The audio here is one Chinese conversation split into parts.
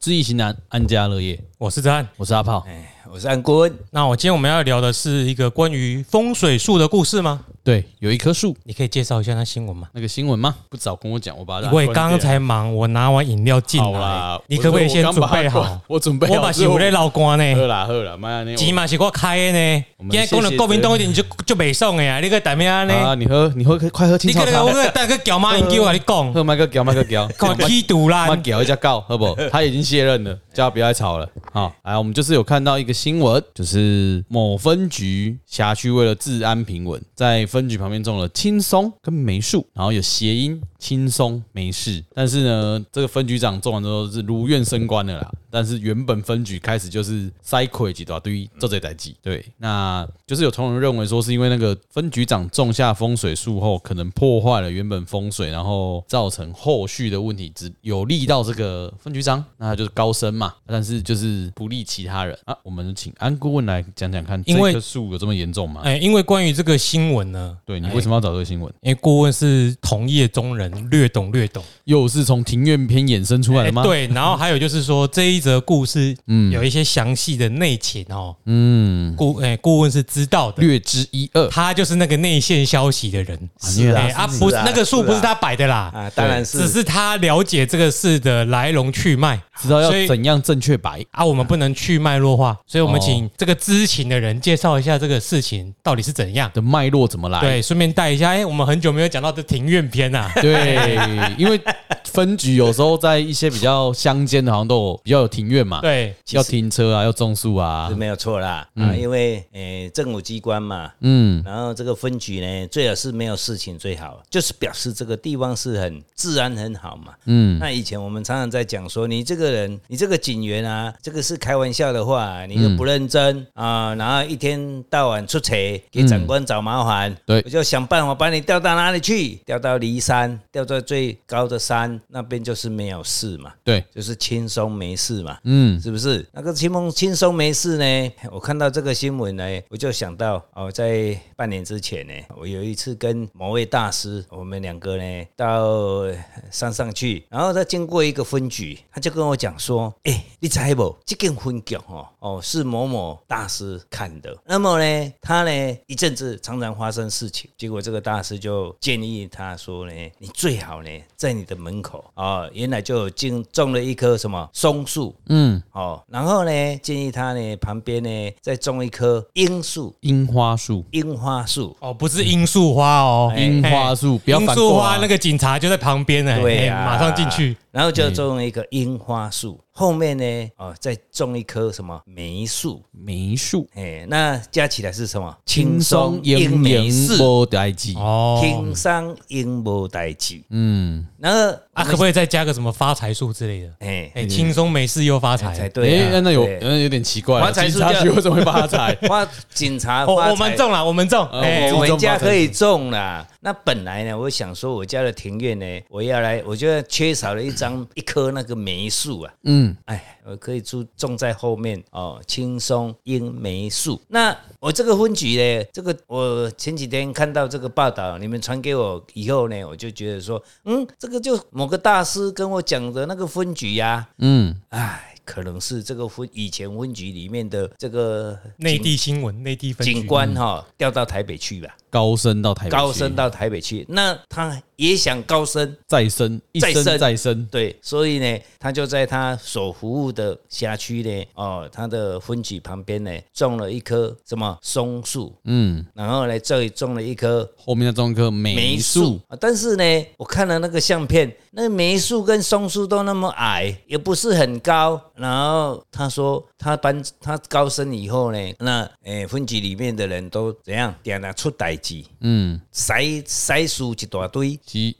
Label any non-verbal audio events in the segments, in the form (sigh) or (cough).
知易行难，安家乐业。我是詹。我是阿炮。哎我是安国恩，那我今天我们要聊的是一个关于风水术的故事吗？对，有一棵树，你可以介绍一下那新闻吗？那个新闻吗？不早跟我讲，我把它我也啊刚才忙，我拿完饮料进好来啦，，你可不可以我先刚准把它备关好？我准备好 (laughs) 我之后，把是我在老瓜喝呢，啦喝啦，妈呀，你钱嘛是我开的呢。我们今天讲了国民党一点就就袂爽的啊！你个大咩啊呢？啊，你喝，你喝，快喝青你草呃个那茶个我。哎个带个叫妈研究啊！你讲，喝麦克胶，麦 (laughs) 克胶，搞踢赌妈啦！给一下告，好不好？他已经卸任了，叫他不要再吵了。好，来，我们就是有看到一个新闻，就是某分局辖区为了治安平稳，在分局旁边种了青松跟梅树，然后有谐音轻松没事。但是呢，这个分局长种完之后是如愿升官了啦。但是原本分局开始就是塞亏一大堆，做这代际。对，那就是有同仁认为说，是因为那个分局长种下风水树后，可能破坏了原本风水，然后造成后续的问题，只有利到这个分局长，那他就是高升嘛，但是就是不利其他人啊。我们请安顾问来讲讲看，因为这棵树有这么严重吗？哎，因为关于这个新闻呢，对你为什么要找这个新闻？因为顾问是同业中人，略懂略懂。又是从庭院篇衍生出来的吗？哎，对，然后还有就是说这一则故事，嗯有一些详细的内情哦。嗯，顾哎，顾问是知道的，略知一二。他就是那个内线消息的人。是哎啊，不是那个树不是他摆的啦，啊，当然只是是他了解这个事的来龙去脉知道要所以怎样正确摆，啊，我们不能去脉络化，所以我们哦请这个知情的人介绍一下这个事情到底是怎样。的脉络怎么来？对，顺便带一下，哎，我们很久没有讲到这庭院篇啊。 (laughs) 对，因为分局有时候在一些比较乡间的，好像都有比较有庭院嘛，，对，要停车啊，要种树啊是，没有错啦，啊，嗯因为诶政府机关嘛，嗯，然后这个分局呢，最好是没有事情最好，就是表示这个地方是很治安很好嘛。嗯，那以前我们常常在讲说，你这个人，你这个警员啊，这个是开玩笑的话，你又不认真嗯啊、然后一天到晚出差，给长官找麻嗯烦，对我就想办法把你调到哪里去，调到骊山，调到最高的山那边，就是没有事嘛。对，就是轻松没事嘛，嗯，是不是？那个轻松轻松没事呢？我看到这个新闻呢，我就想到哦，在半年之前呢，我有一次跟某位大师，我们两个呢到山上去，然后他经过一个分局，他就跟我讲说：“哎、你猜不？这间分局哦，哦是某某大师看的。那么呢，他呢一阵子常常发生事情，结果这个大师就建议他说呢，你最好呢在你的门口啊、哦，原来就有种种了一棵什么松树，嗯，哦，然后呢，建议他呢旁边呢再种一棵樱树、樱花树，樱花树。哦，不是罂粟花哦，哎樱花树，不要罂反粟过花啊那个警察就在旁边呢，对啊哎呀、马上进去。。嗯然后就种了一个樱花树，后面呢，哦，再种一棵什么梅树。梅树，哎，那加起来是什么？轻松英梅明树，波代际，哦，轻松英无代志。嗯，然后啊，可不可以再加个什么发财树之类的？哎，哎，轻松哎没事又发才财。对诶啊。那那有对哎那有点奇怪啊，发财警树察叫局为什么会发 (laughs) 财？花警察哦我发我们财哦中了，我们中。呃哎，我我们种家八成可以种啦。那本来呢，我想说我家的庭院呢，我要来，我觉得缺少了一张一棵那个梅树啊。嗯，哎，我可以种种在后面哦，青松樱梅树。那我这个分局呢，这个我前几天看到这个报道，你们传给我以后呢，我就觉得说，嗯，这个就某个大师跟我讲的那个分局呀、嗯，哎，可能是这个分以前分局里面的这个内地新闻，内地分警局。官哈、调到台北去吧。高升到台北去，高升到台北去，那他也想高升，再升，一再升升再升，对，所以呢，他就在他所服务的辖区呢，哦，他的分局旁边呢，种了一棵什么松树，嗯，然后呢，这里种了一棵后面再种一棵梅梅树树，啊但是呢，我看了那个相片，那梅树跟松树都那么矮，也不是很高。然后他说，他搬他高升以后呢，那诶、分局里面的人都怎样，点了出代志，嗯，塞塞树一大堆。其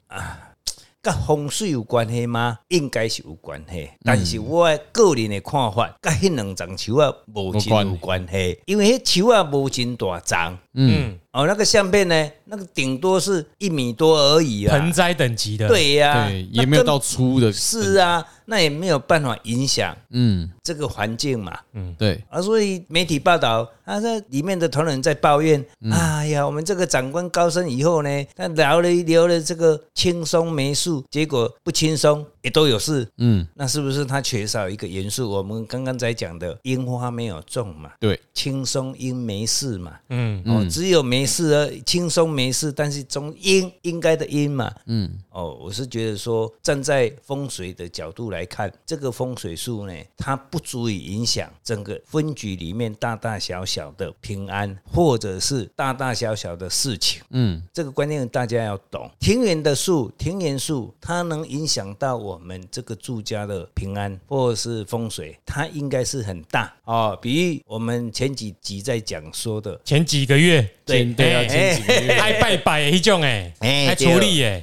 甲风水有关系吗？应该是有关系，嗯但是我个人的看法，甲迄两丛树啊无真有关系，因为迄树啊无真大丛。嗯，哦，那个相片呢？那个顶多是一米多而已啊盆。栽等级的。，对呀、对，也没有到粗的，啊是啊，那也没有办法影响嗯，这个环境嘛。对，啊，所以媒体报道，啊，这里面的同仁在抱怨，嗯哎呀，我们这个长官高升以后呢，他聊了一聊了这个轻松没数，结果不轻松，也也都有事，嗯，那是不是它缺少一个元素？我们刚刚在讲的樱花没有种嘛，对，轻松樱没事嘛，嗯，哦，只有没事而轻松没事，但是中应应该的应嘛，嗯，哦，我是觉得说，站在风水的角度来看，这个风水术呢，它不足以影响整个分局里面大大小小的平安，或者是大大小小的事情，嗯，这个观念大家要懂。庭园的树，庭园树，它能影响到我们这个住家的平安或者是风水，它应该是很大哦。比喻我们前几集在讲说的。前几个月对前对啊，哎前几个月还拜拜迄种诶，哎，还处理嗯诶，对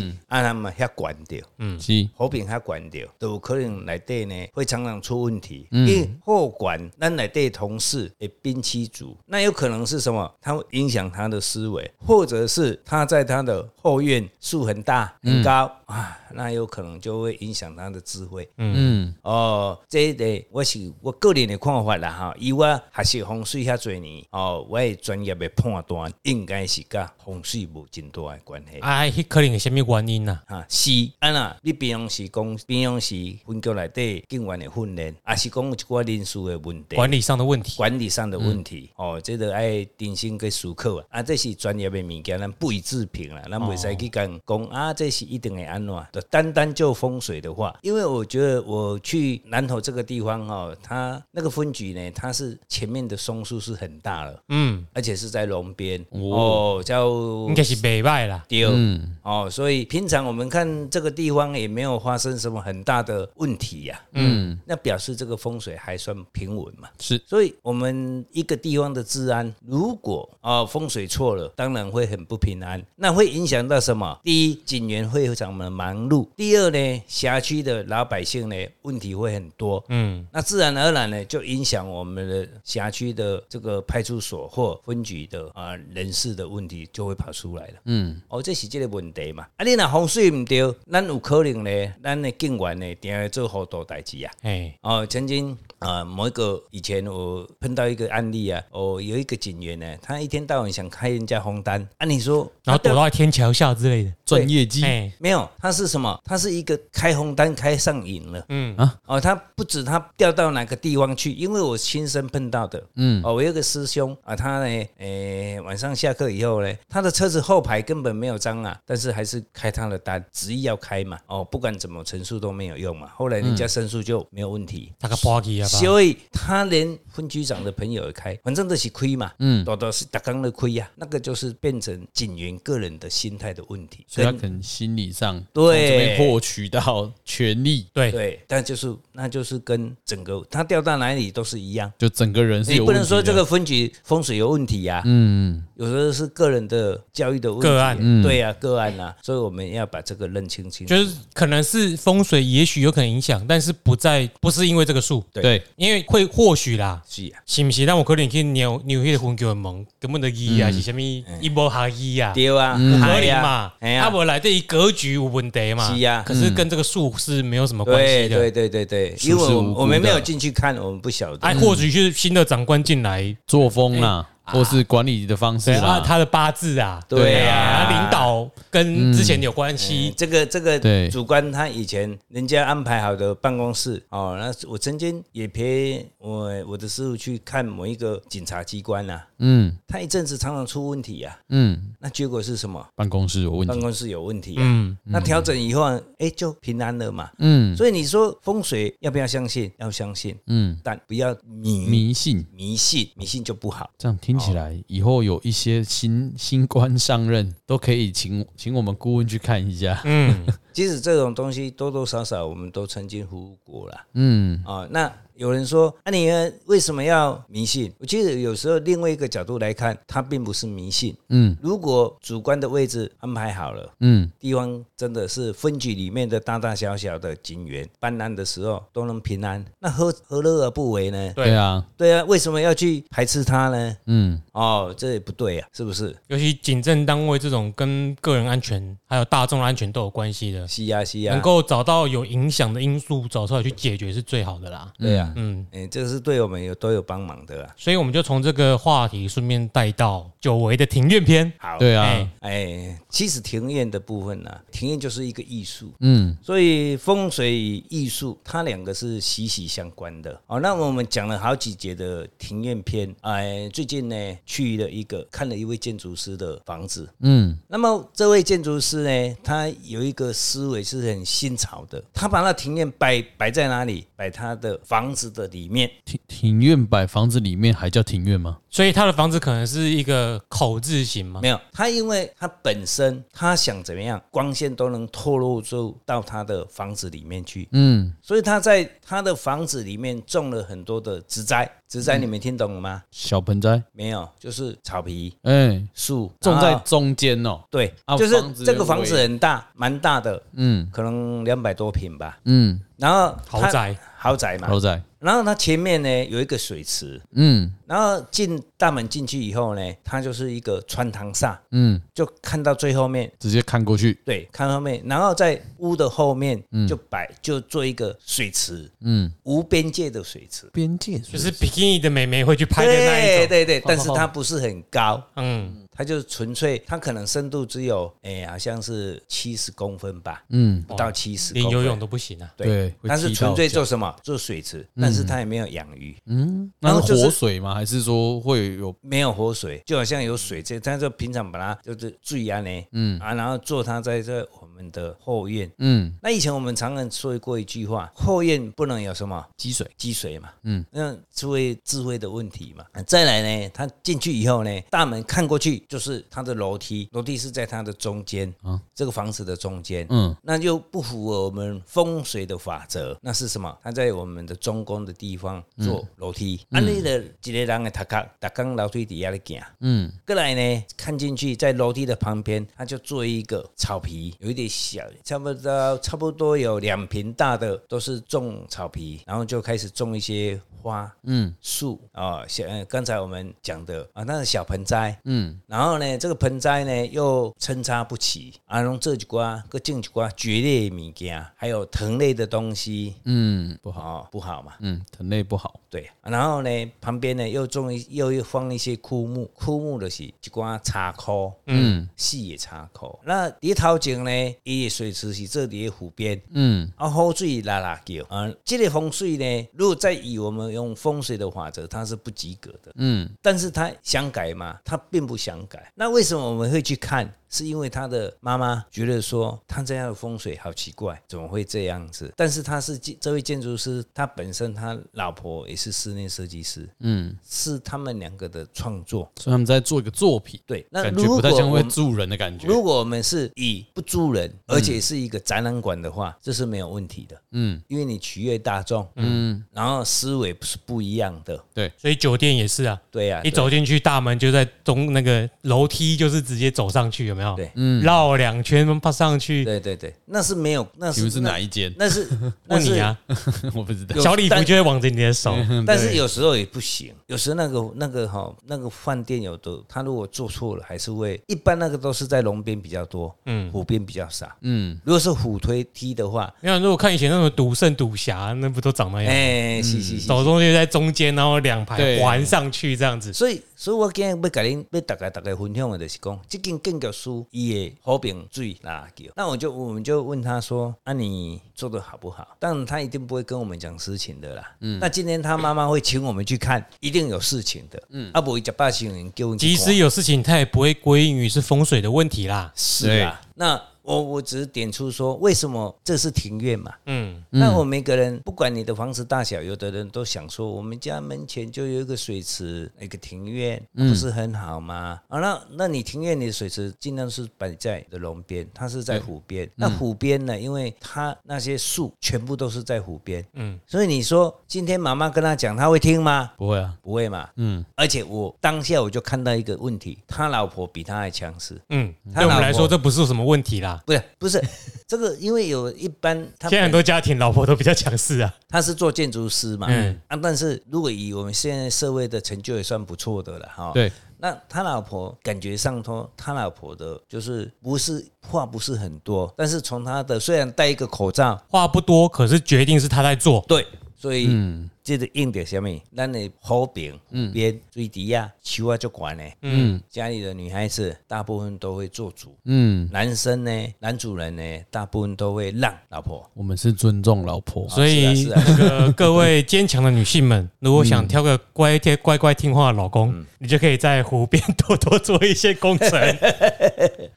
是啊，他们遐管着，是火饼遐管着，都有可能内底呢会常常出问题。因为后管咱内底同事诶兵器组，那有可能是什么？他会影响他的思维，或者是他在他的后院树很大很高、啊，那有可能就会影响他的智慧。嗯哦，这个我是我个人的看法啦哈，以我学习风水遐多年，哦，我的专业的判断应该是甲风水无真大的关系。啊，迄可能有啥物原因呐？啊，是啊啦，你平常时讲，平常时分局内底警员的训练，也是讲有一寡人事的问题。管理嗯上的问题，管理上的问题、哦，这个爱定心去思考啊，啊，这是专业的物件，咱不予置评啦，咱袂使哦去讲讲啊，这是一定会安怎？就单单就风水的话，因为我觉得我去南投这个地方哦，它那个分局呢，它是前面的松树是很大了，嗯，而且是在龙边哦叫应该嗯是袂歹啦。丢、嗯哦，所以平常我们看这个地方也没有发生什么很大的问题呀、嗯，那表示这个风水还算平稳嘛。是，所以我们一个地方的治安，如果啊、哦风水错了，当然会很不平安。那会影响到什么？第一，警员会非常的忙碌；第二呢，辖区的老百姓呢，问题会很多。嗯，那自然而然呢，就影响我们的辖区的这个派出所或分局的啊、人事的问题就会跑出来了。嗯哦，这是这个问题嘛。啊，你若风水唔对，咱有可能呢，咱的警员呢，定会做好多代志啊。哎，哦，曾经啊、呃某一个以前我碰到一个案例啊，哦，有一个警员呢，他一天到晚想开人家红单，按、啊、理说然后躲到天桥下之类的，赚业绩，哎，没有，他是什么？他是一个开红单开上瘾了，嗯啊哦，他不止他掉到哪个地方去，因为我亲身碰到的，嗯，哦，我有一个师兄啊，他呢，诶、晚上下课以后呢，他的车子后排根本没有脏啊，但是还是开他的单，执意要开嘛，哦，不管怎么陈述都没有用嘛，后来人嗯家申诉就没有问题，大个破去啊吧，所以他连分局长的朋友也开，反正都是亏嘛，嗯，多多是打刚的亏啊呀，那个就是变成警员个人的心态的问题，所以他可能心理上从对这边获取到权利，对，对，但就是那就是跟整个他掉到哪里都是一样，就整个人是你有不问题能的说这个分局风水有问题啊呀、嗯有时候是个人的教育的问题个案对呀、个案呐、啊所以我们要把这个认清清楚。就是可能是风水，也许有可能影响，但是不在不是因为这个树，对对因为会或许啦，是啊，是毋是？咱有可能去扭扭迄个分球的门，根本就伊啊，是啥物？伊无合伊啊，嗯对啊，嗯不合哎理呀嘛？哎啊，呀，无来这伊格局有问题嘛？是啊可是跟这个树是没有什么关系啊对的对。对对对，熟视因为无我们辜我们没有的进去看，我们不晓得。哎，或许是新的长官进嗯来，作风啦，哎啊或是管理的方式对啊，啦，他的八字啊，对啊啊他领导跟之前有关嗯系，这个这对个主观他以前人家安排好的办公室哦，那我曾经也陪我我的师傅去看某一个警察机关呐、啊嗯他一阵子常常出问题呀、嗯，那结果是什么？办公室有问办题，公室有问题、啊，嗯，那调整以后啊，哎、就平安了嘛。嗯所以你说风水要不要相信？要相信，嗯，但不要迷迷信。迷信，迷信就不好。这样听起哦来，以后有一些新新官上任，都可以请请我们顾问去看一下。嗯，即使这种东西多多少少我们都曾经服务过啦。嗯，哦，那有人说，那、你呃为什么要迷信？我觉得有时候另外一个角度来看，它并不是迷信。嗯，如果主观的位置安排好了，嗯地方真的是分局里面的大大小小的警员办案的时候都能平安，那何何乐而不为呢？对啊，对啊，为什么要去排斥它呢？嗯哦，这也不对啊，是不是？尤其警政单位这种跟个人安全还有大众安全都有关系的，的，是啊是能啊，够找到有影响的因素找出来去解决是最好的啦。对啊，嗯，哎，这个是对我们有都有帮忙的啊啦。所以我们就从这个话题顺便带到久违的庭院篇。好，对啊哎，哎，其实庭院的部分呢、啊庭院就是一个艺术，嗯，所以风水与艺术，它两个是息息相关的。哦，那我们讲了好几节的庭院篇，哎，最近呢去了一个看了一位建筑师的房子，嗯，那么这位建筑师呢，他有一个思维是很新潮的，他把那庭院摆摆在哪里？摆他的房子的里面，庭庭院摆房子里面还叫庭院吗？所以他的房子可能是一个口字形嘛没，有，他因为他本身他想怎么样，光线都能透露出到他的房子里面去，嗯，所以他在他的房子里面种了很多的植栽。植嗯栽你们听懂了吗？小盆栽，没有，就是草皮、哎、树种然在后中间哦，对啊，就是房子这个房围子很大，蛮大的，嗯可能两百多平吧。嗯，然后它豪宅豪宅嘛豪，宅，然后它前面呢有一个水池，嗯然后进大门进去以后呢，它就是一个穿堂煞，嗯，就看到最后面直接看过去，对，看后面，然后在屋的后面嗯就摆、就做一个水池，嗯，无边界的水池。边界就就是比基尼的美眉会去拍的那一对种。对对，但是好它不是很高，嗯，它就是纯粹，它可能深度只有哎、好像是七十公分吧，嗯，不到七十。连游泳都不行啊。对会但是踢纯到粹脚做什么？做水池，嗯但是它也没有养鱼，然那后是就是活水吗？还是说会有没有活水，就好像有水这，它就平常把它就是注意啊呢，嗯啊，然后做它在这我们的后院。嗯那以前我们常常说过一句话，后院不能有什么积水？积水嘛，嗯嗯，那智慧智慧的问题嘛。再来呢，他进去以后呢，大门看过去就是他的楼梯，楼梯是在他的中间，啊啊，这个房子的中间，嗯那就不符合我们风水的法则。那是什么？他在我们的中宫的地方做楼梯，安利的一个人的塔卡塔刚楼梯底下的行。嗯过来呢，看进去，在楼梯的旁边，他就做一个草皮，有一点小，差不多差不多有两平大的，都是种草皮，然后就开始种一些花、嗯树啊，像呃刚才我们讲的啊，那是小盆栽，嗯然后呢，这个盆栽呢又参差不齐，啊，弄这一瓜，个种一瓜蕨类的物件，还有藤类的东西，嗯，不好，哦，不好嘛。嗯，藤类不好，对，然后呢，旁边呢又种一又又放一些枯木，枯木就是一寡插科，嗯，四个插科。那伫头前呢，伊的水池是做伫咧湖边，嗯啊，雨水啦啦叫，啊，这个风水呢，如果再以我们用风水的法则，它是不及格的。嗯但是他想改吗？他并不想改。那为什么我们会去看？是因为他的妈妈觉得说他这样的风水好奇怪，怎么会这样子？但是他是建这位建筑师，他本身他老婆也是室内设计师，嗯，是他们两个的创作。所以他们在做一个作品，对，那感觉如果不太像我会嗯们住人的感觉。如果我们是以不租人，而且是一个展览馆的话，这是没有问题的，嗯因为你取悦大众，嗯，然后思维不是不一样的。对，所以酒店也是啊，对呀、一对走进去大门就在中那个楼梯，就是直接走上去，有没有？对，绕两圈爬上去。对对对，那是没有，那请问是是哪一间？(laughs) 那是那问是你啊， (laughs) 我不知道有。嗯小礼服就会往着你的手。但是有时候也不行，有时候那个那个哈那个饭店有的，他如果做错了，还是会一般那个都是在龙边比较多，嗯，湖边比较少。嗯，如果是虎推梯的话，没有，如果看以前那种赌圣、赌侠，那不都长那样？哎、是是是。走中间在中间，然后两排对环上去这样子。所以，所以我今日要甲恁要大家大家分享的就是讲，这间建筑师伊的好评水啦叫，那我就我们就问他说：“啊，你做的好不好？”当然，他一定不会跟我们讲事情的啦。嗯，那今天他妈妈会请我们去看，一定有事情的。嗯，啊，不，一百姓人叫我们去即看使有事情，他也不会归因于是风水的问题啦。是啊，那我我只是点出说，为什么这是庭院嘛？嗯，那我每个人不管你的房子大小，有的人都想说，我们家门前就有一个水池，一个庭院，不是很好吗？啊，那那你庭院里的水池尽量是摆在你的龙边，它是在湖边。那湖边呢，因为它那些树全部都是在湖边，嗯，所以你说今天妈妈跟他讲，他会听吗？不会啊，不会嘛，嗯嗯，而且我当下我就看到一个问题，他老婆比他还强势，嗯，他对我们老来婆说这不是什么问题啦。不是不是这个，因为有一般他现在很多家庭老婆都比较强势啊。他是做建筑师嘛，嗯啊，但是如果以我们现在社会的成就也算不错的了哈。对，那他老婆感觉上头，他老婆的就是不是话不是很多，但是从他的虽然戴一个口罩，话不多，可是决定是他在做。对，所以嗯这个用着什么？咱的好评边最低啊，手啊就管呢。嗯，家里的女孩子大部分都会做主，嗯，男生呢，男主人呢，大部分都会让老婆。我们是尊重老婆，所以是啊那个各位坚强的女性 (laughs) 们，如果想挑个乖贴乖乖听话的老公，你就可以在湖边多多做一些工程。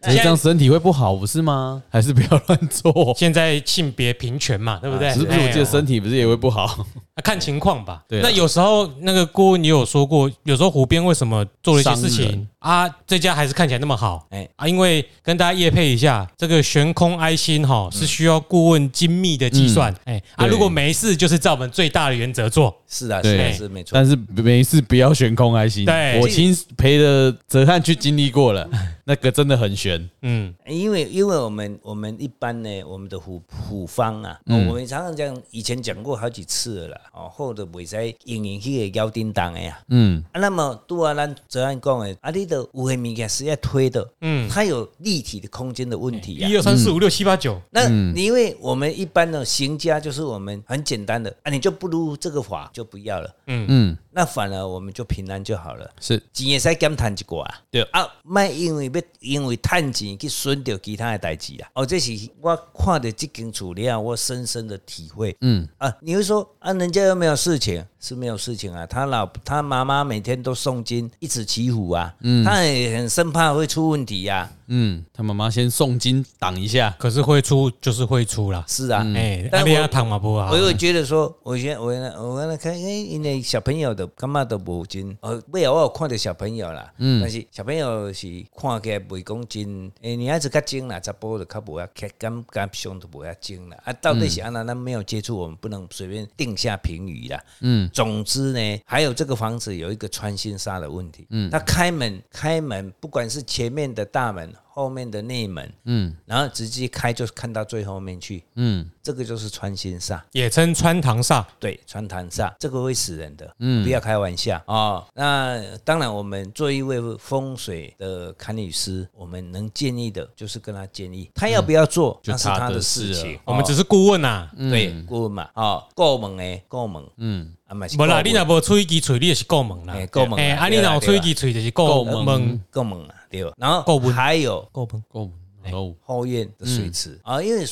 只是这样身体会不好，不是吗？还是不要乱做。现在性别平权嘛，对不对？只是不是我记哎得呀身体不是也会不好？啊那看情况吧。对啊那有时候那个郭文，你有说过，有时候湖边为什么做了一些事商情人啊？这家还是看起来那么好，哎哎啊，因为跟大家夜配一下，这个悬空埃心哈是需要顾问精密的计算，哎啊，对如果没事，就是照我们最大的原则做。是啊，是对啊，是没错。但是没事，不要悬空还行。对我亲陪着泽汉去经历过了， (laughs) 那个真的很悬。嗯，因为因为我们我们一般呢，我们的虎虎方啊，嗯我们常常讲，以前讲过好几次了啦，哦，后头袂使用用迄个摇叮当的呀、嗯，啊，那么拄啊，咱昨天讲的，啊，你的有诶物件是要推的，嗯，它有立体的空间的问题一嗯啊。二三四五六七八九，那你因为我们一般的行家就是我们很简单的啊，你就不如这个法就不要了，嗯嗯，那反而我们就平安就好了。是钱会使减趁一寡啊，对啊，莫因为要因为趁钱去损掉其他的代志啊。哦，这是我看到这间厝了，我深深的体会。嗯啊，你会说啊，人家又没有事情，是没有事情啊。他老他妈妈每天都诵经，一直祈福啊，嗯，他也很生怕会出问题啊呀、嗯，他妈妈先诵经挡一下。可是会出就是会出啦。是啊，哎，那但我边要躺嘛不啊好我，又觉得说，我现在我原来我原来看，因为因为小朋友的干嘛都无真，哦，未有我有看到小朋友啦，但是小朋友是看起来袂讲真，哎诶、女孩子较精啦，查甫就较无遐较感感上都无遐精啦，啊，到底是安那咱没有接触，我们不能随便定下评语啦，嗯，总之呢，还有这个房子有一个穿心纱的问题，嗯，它开门开门，不管是前面的大门。后面的内门，嗯，然后直接开就看到最后面去，嗯，这个就是穿心煞，也称穿堂煞。对，穿堂煞这个会死人的，不要开玩笑啊、哦那当然，我们做一位风水的堪舆师，我们能建议的就是跟他建议，他要不要做，就那是他他的的事事了情。我们哦只是顾问啊呐，对顾问嘛，哦，够猛诶，够猛，嗯，啊，嘛是无啦，顾问你若无出一支嘴，你也是够猛啦哎。够猛啦哎，啊，你对若啦有出一支嘴就是够对啦猛，够猛啊，对吧？然后顾问还有够猛。哦，哦，后院的水池啊、因为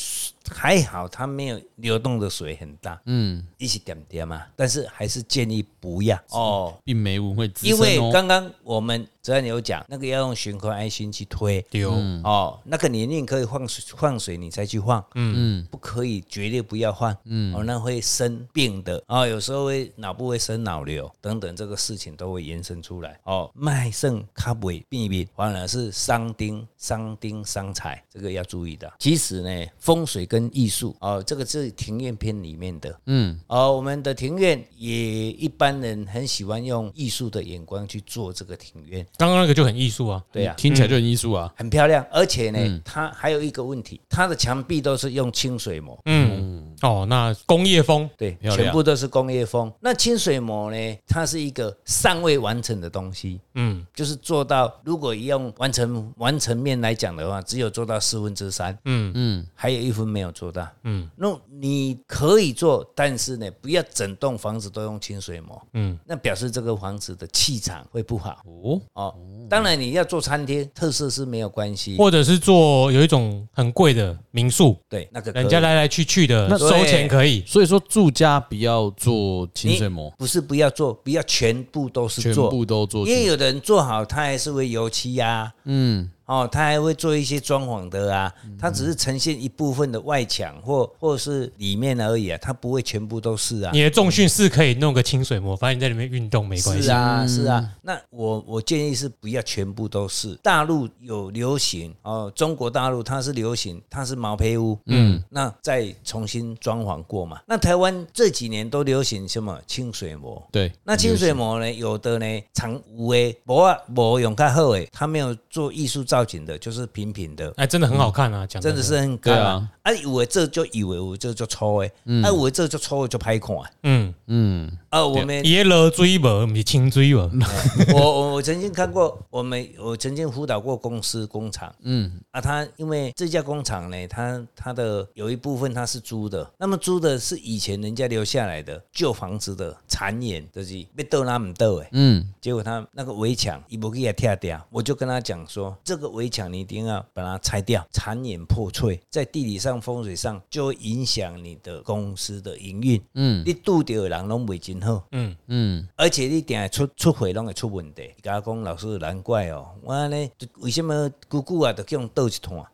还好它没有流动的水很大，嗯，一起点点嘛，但是还是建议不要哦，并没误会滋生因哦，为刚刚我们哲安有讲，那个要用悬空爱心去推。对，哦，那个你宁可以放水放水，你才去放，嗯嗯，不可以，绝对不要放，嗯，哦，那会生病的，哦，有时候会脑部会生脑瘤等等，这个事情都会延伸出来，哦，卖肾卡尾避免，反而是伤丁伤丁伤财，这个要注意的。其实呢，风水跟艺术，哦，这个是庭院篇里面的，嗯，哦，我们的庭院也一般人很喜欢用艺术的眼光去做这个庭院，刚刚那个就很艺术啊。对呀、听起来就很艺术啊。很漂亮，而且呢，它还有一个问题，它的墙壁都是用清水膜，嗯，哦，那工业风对，漂亮全部都是工业风。那清水膜呢，它是一个尚未完成的东西，嗯，就是做到如果用完成完成面来讲的话，只有做到四分之三，嗯嗯，还有一分没有做到，嗯，那你可以做，但是呢，不要整栋房子都用清水膜，嗯，那表示这个房子的气场会不好哦，哦。当然，你要做餐厅特色是没有关系，或者是做有一种很贵的民宿，对，那个可以人家来来去去的，收钱可以。嗯所以说住家不要做清水膜你，不是不要做，不要全部都是全做，部都做因为清。有的人做好，他还是会油漆呀、嗯，哦，他还会做一些装潢的啊，他只是呈现一部分的外墙或或是里面而已啊，他不会全部都是啊。你的重训是可以弄个清水膜，反正你在里面运动没关是系。啊，是啊。那我我建议是不要全部都是。大陆有流行哦，中国大陆它是流行，它是毛坯屋，嗯，那再重新装潢过嘛。那台湾这几年都流行什么清水膜，对。那清水膜呢，有的呢，长有的膜啊膜用较好诶，它没有做艺术造造型的，就是平平的，哎，真的很好看啊，讲真的是，很对干啊嗯啊！啊，以为这就以为我这就抽哎，啊，我这就抽就拍款嗯，啊！我们耶罗追文不是青追嗯文，我我我曾经看过，我们我曾经辅导过公司工厂，嗯啊，他因为这家工厂呢，它它的有一部分它是租的，那么租的是以前人家留下来的旧房子的残垣，就是被斗拉唔斗哎，嗯，结果他那个围墙一不给它拆掉，我就跟他讲说，这个围墙你一定要把它拆掉，残垣破碎，在地理上、风水上就会影响你的公司的营运。嗯，你拄到的人拢袂真好。嗯嗯，而且你定会出出货拢会出问题。甲我讲老师难怪哦，我呢为什么久久啊就叫人倒一 (laughs) 摊？啊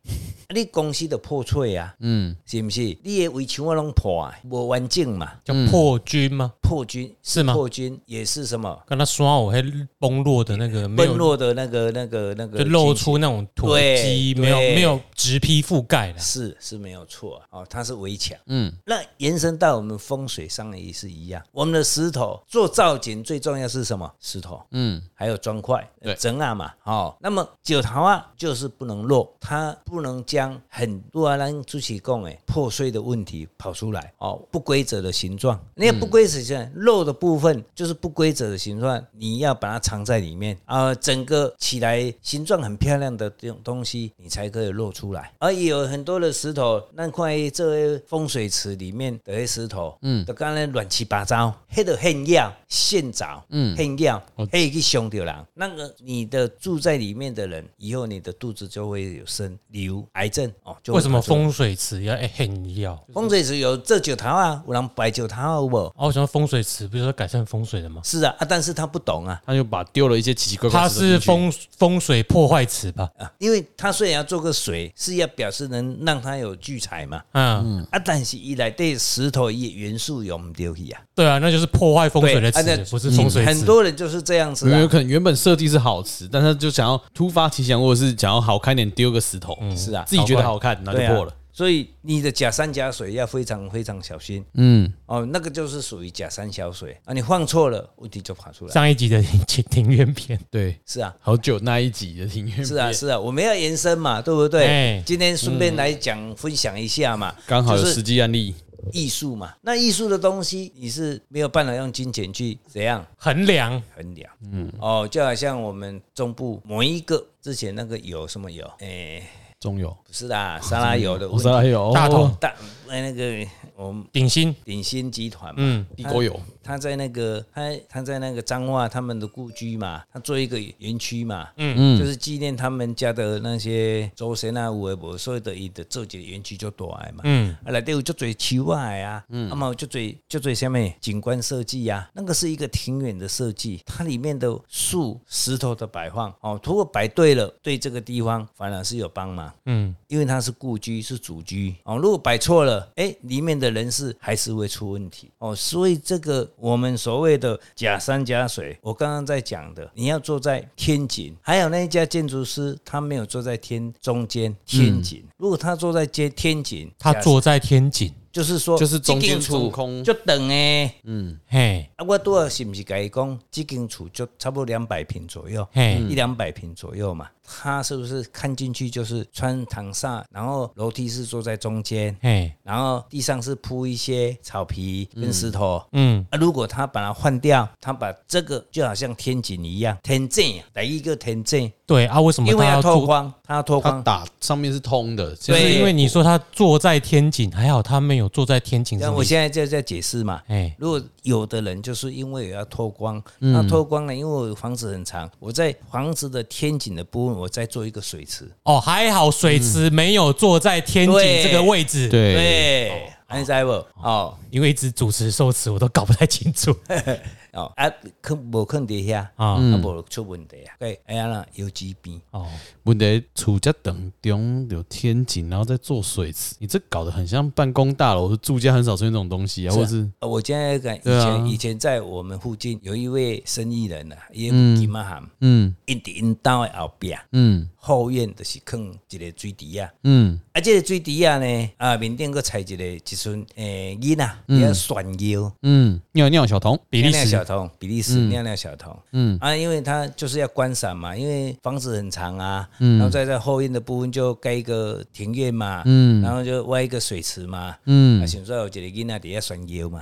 你公司的破碎啊，嗯，是不是？你的围墙啊拢破啊，无完整嘛，叫破军吗？破军是吗破军也是什么？跟他刷我还崩落的那个没崩有，落的那个、那个、那个，就露出那种土对鸡，没有对没有直皮覆盖的，是是没有错啊哦，它是围墙。嗯，那延伸到我们风水上的也是一样，我们的石头做造景最重要是什么？石头，嗯，还有砖块对、整啊嘛，哦，那么九桃啊就是不能落，它不能将很多啊，咱主席讲诶破碎的问题跑出来哦，不规则的形状，那嗯不规则形状漏的部分就是不规则的形状，你要把它藏在里面啊、整个起来形状很漂亮的这种东西，你才可以露出来。而有很多的石头，那块这风水池里面的那石头，嗯，都刚才乱七八糟，黑的很要现找，嗯，很要黑去伤到人。那个你的住在里面的人，以后你的肚子就会有生瘤、癌症哦。就会为什么发作风水池要哎很要？风水池有这九桃啊，有人摆九桃啊，有无？哦，我想说风水池不是说改善风水的吗？是啊啊，但是他不懂啊。他就把丢了一些奇奇怪怪它的石头进去。是风风水破坏池吧？啊，因为他虽然要做个水，是要表示能让他有聚财嘛，嗯，啊，但是伊内底石头伊的元素用唔丢去啊，对啊，那就是破坏风水的对啊池那，不嗯是风水很池。多人就是这样子有有啊，可能原本设计是好吃，但他就想要突发奇想，或者是想要好看点丢个石头，是啊自己觉得好看，然后对就啊破了。所以你的假山假水要非常非常小心嗯，哦，那个就是属于假山小水啊，你放错了，问题就跑出来。上一集的庭庭院片，对，是啊，好久那一集的音乐是啊，是啊，我们要延伸嘛，对不对哎？今天顺便来讲分享一下嘛，刚好有就是实际案例，艺术嘛。那艺术的东西你是没有办法用金钱去怎样很凉，衡量。嗯，哦，就好像我们中部某一个之前那个油什么油，哎、中油、不是啦，哦沙拉油的我问说题，还有大同大哎那个我们顶新，鼎新集团嘛，嗯，地沟油，他在那个他他在那个彰化他们的故居嘛，他做一个园区嘛，嗯嗯，就是纪念他们家的那些祖先啊、有的无的，所以的伊的做一个园区就大的嘛，嗯，啊，内底有足多树啊的啊，啊嘛有足多足多什么景观设计啊，那个是一个庭院的设计，它里面的树、石头的摆放哦，如果摆对了，对这个地方反而是有帮忙，嗯，因为它是故居是主居哦，如果摆错了，哎，里面的人事还是会出问题哦，所以这个我们所谓的假山假水，我刚刚在讲的，你要坐在天井，还有那一家建筑师他没有坐在天中间天井，嗯如果他坐在街天井，他假坐在天井，就是说，就是中这间间厝中空就等诶。嘿，啊，我多少是不是跟伊讲，这间厝就差不多两百平左右，嗯嘿一两百平左右嘛。他是不是看进去就是穿堂煞，然后楼梯是坐在中间，嘿，然后地上是铺一些草皮跟石头。嗯，啊，如果他把它换掉，他把这个就好像天井一样，天井啊，第一个天井，对啊，为什么因为他要要透坐？光，他要透它光，打上面是通的，就就是是对因为你说他坐在天井，还好他没有坐在天井那上我。现在就在解释嘛。哎，如果有的人就是因为要透光，那透光呢？因为我房子很长，我在房子的天井的部分，我再做一个水池。哦，还好水池没有坐在天井嗯对这个位置。，对，对，安在不？哦因为一直主持受词我都搞不太清 (laughs) 楚哦，啊，坑无坑底下，啊啊，无出问题啊。对，哎呀啦，有疾病。哦，问题处在等中有天井，然后再做水池，你这搞得很像办公大楼，住家很少出现这种东西啊，或者是呃我现在感以对啊前以前在我们附近有一位生意人啊，伊金马行，嗯因伫因兜的后壁嗯后院就是坑一个水池啊。嗯，啊，这个水池啊呢，啊，面呃顶佫采一个一寸诶囡仔，伊遐炫耀，嗯，尿尿小童，比利时哎小小童，比利时尿尿小童，嗯啊，因为他就是要观赏嘛，因为房子很长啊，然后在这后院的部分就盖一个庭院嘛，嗯，然后就挖一个水池嘛，嗯，啊，想说有一个囡仔底下拴腰嘛，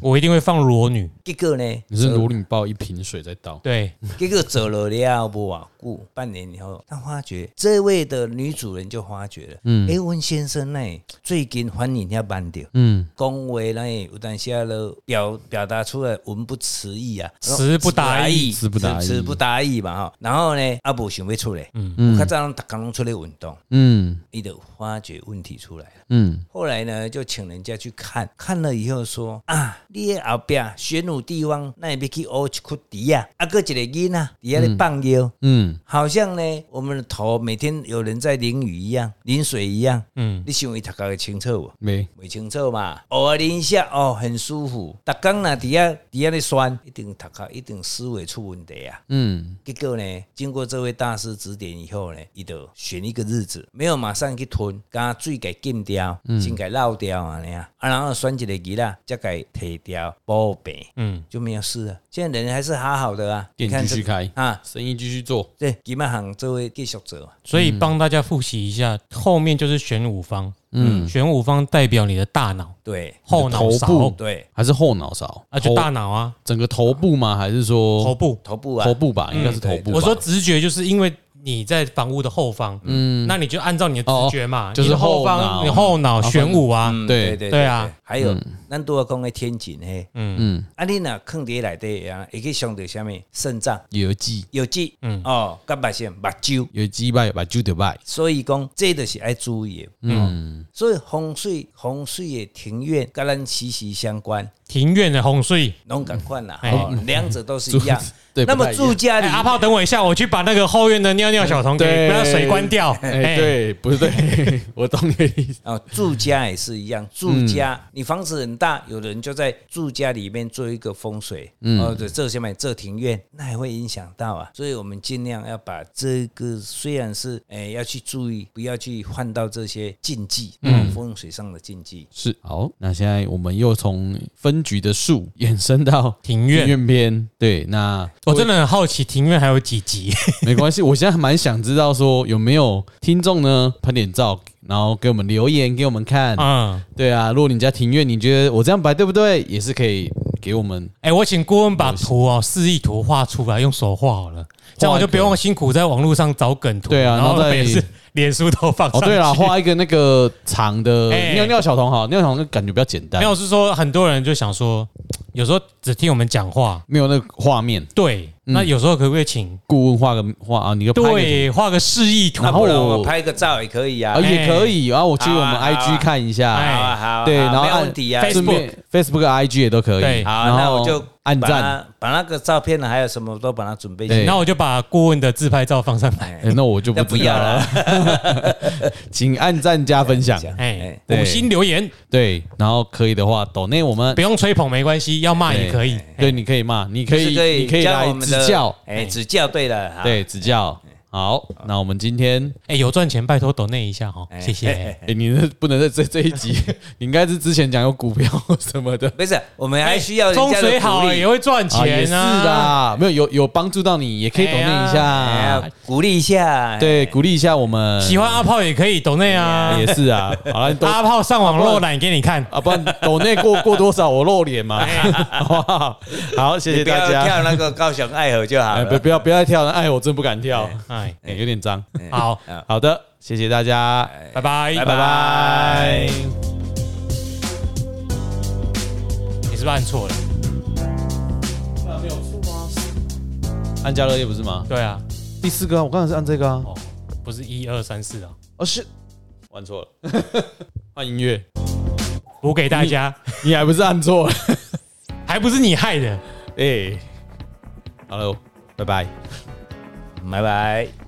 我一定会放裸女。结果呢，你是如你抱一瓶水在倒，对，结果走了了不啊，过半年以后，他发觉这位的女主人就发觉了，嗯，哎、温先生呢，最近反应要慢掉，嗯，恭维呢有当下了表表达出来文不词意啊，词不达意词不达意词不达意嘛哈。然后呢，阿伯想要出来，嗯，我较早拢逐工拢出来运动，嗯伊就发觉问题出来了。嗯后来呢，就请人家去看，看了以后说啊，你的后壁玄武地方那边去学一块迪啊，啊，搁一个囡仔底下咧放尿。嗯好像呢，我们的头每天有人在淋雨一样，淋水一样。嗯，你想伊读个清楚无？没袂清楚嘛，偶尔淋一下哦，很舒服。逐工若底下底下咧酸，一定读个一定思维出问题啊。嗯结果呢，经过这位大师指点以后呢，伊就选一个日子，没有马上去吞，甲水给禁掉，先给捞掉啊那样，啊，然后选一个鱼啦，再给提掉保病，嗯，就没有事了。现在人还是好好的啊，店继这续开，啊，生意继续做，对，吉曼行这位继续做。所以帮大家复习一下，后面就是玄武方，嗯，玄武方代表你的大脑、对后脑你的头勺部对，还是后脑勺啊，就头大脑啊，整个头部吗？还是说头部。头部啊，头部吧？应该是头对部吧。我说直觉就是因为你在房屋的后方，嗯，那你就按照你的直觉嘛，哦就是你的后后脑方，你后脑玄武啊，嗯对对对啊，还有咱都要讲的天井嘿，嗯，啊你若坑伫内底啊，会去伤到什么肾脏、有记有肌，嗯哦，甲目线、目睭。有记拜把就得拜，所以讲，这都是爱注意的。嗯，所以风水、风水的庭院，跟咱息息相关，庭院的洪水。拢赶快啦，哎哦，两者都是一样住。对那不太么一样住家哎，里，阿炮，等我一下，我去把那个后院的尿尿小童给对不要水关掉。哎，，对，不是对，我懂你的意思。啊，住家也是一样，住家你房子很大，有的人就在住家里面做一个风水，哦，对，这下面这庭院，那也会影响到啊，所以我们尽量要把这个虽然是哎、要去注意，不要去犯到这些禁忌，嗯，风水上的禁忌。是好，那现在我们又从分局的树衍生到庭庭院，院篇，对，那哦我真的很好奇庭院还有几集。没关系，我现在还蛮想知道说有没有听众呢拍点照，然后给我们留言给我们看。嗯，对啊，如果你家庭院你觉得我这样摆对不对，也是可以给我们哎，我请顾问把图哦示意图画出来，用手画好了，这样我就不用辛苦在网络上找梗图。对啊然后然后再每 (laughs) 次脸书都放上哦，去。对了，画一个那个长的哎尿尿小童好，尿小童就感觉比较简单，没有是说很多人就想说，有时候只听我们讲话，没有那个画面，对，嗯那有时候可不可以请顾问画个画啊，你就拍个图对画个示意图那？不然我我拍个照也可以啊啊，也可以，然后我去我们好啊好啊 IG 看一好下哎，啊好啊，对，然后没有按问题啊。顺便 Facebook、IG 也都可以。对好，然那后我就按把赞。它，把那个照片呢，还有什么都把它准备对起然后我就把顾问的自拍照放上来。来哎。那我就那不不知道要了，了，请按赞加分享。哎，对五星留言对，然后可以的话，抖内我们不用吹捧没关系，要骂也可以。对，你可以骂， (laughs) 你可就是以，可你以可以教来我们指的教，哎，指教对了，好，对，指教。好，那我们今天，哎，有赚钱拜托抖内一下哈，谢谢。哎，你这不能在这这一集，你应该是之前讲有股票什么的不是，我们哎还需要人风家的水好鼓也励，哎会赚啊，也钱是啊。啦，没有有有帮助到你，也可以抖内一哎下呀，鼓励一下，哎，啊对，鼓励一下我们。喜欢阿炮也可以抖内啊，也是啊，好了，你抖阿炮上网漏懒给你看。啊，不然抖内过过多少我露脸嘛，好不好？好，谢谢你不大要家。跳那个高雄爱河就好哎，了不。不要不要再跳了，哎，我真不敢跳，哎，哎，有点脏。好，好的，谢谢大家，哎拜拜，拜拜。你是不是按错了？按加热页不是吗？对啊，第四个啊，我刚才是按这个啊。哦，不是一二三四啊，哦，是，按错了。 (laughs) 换音乐，我给大家，你还不是按错了？还不是你害的。哎，好了，拜拜。拜拜。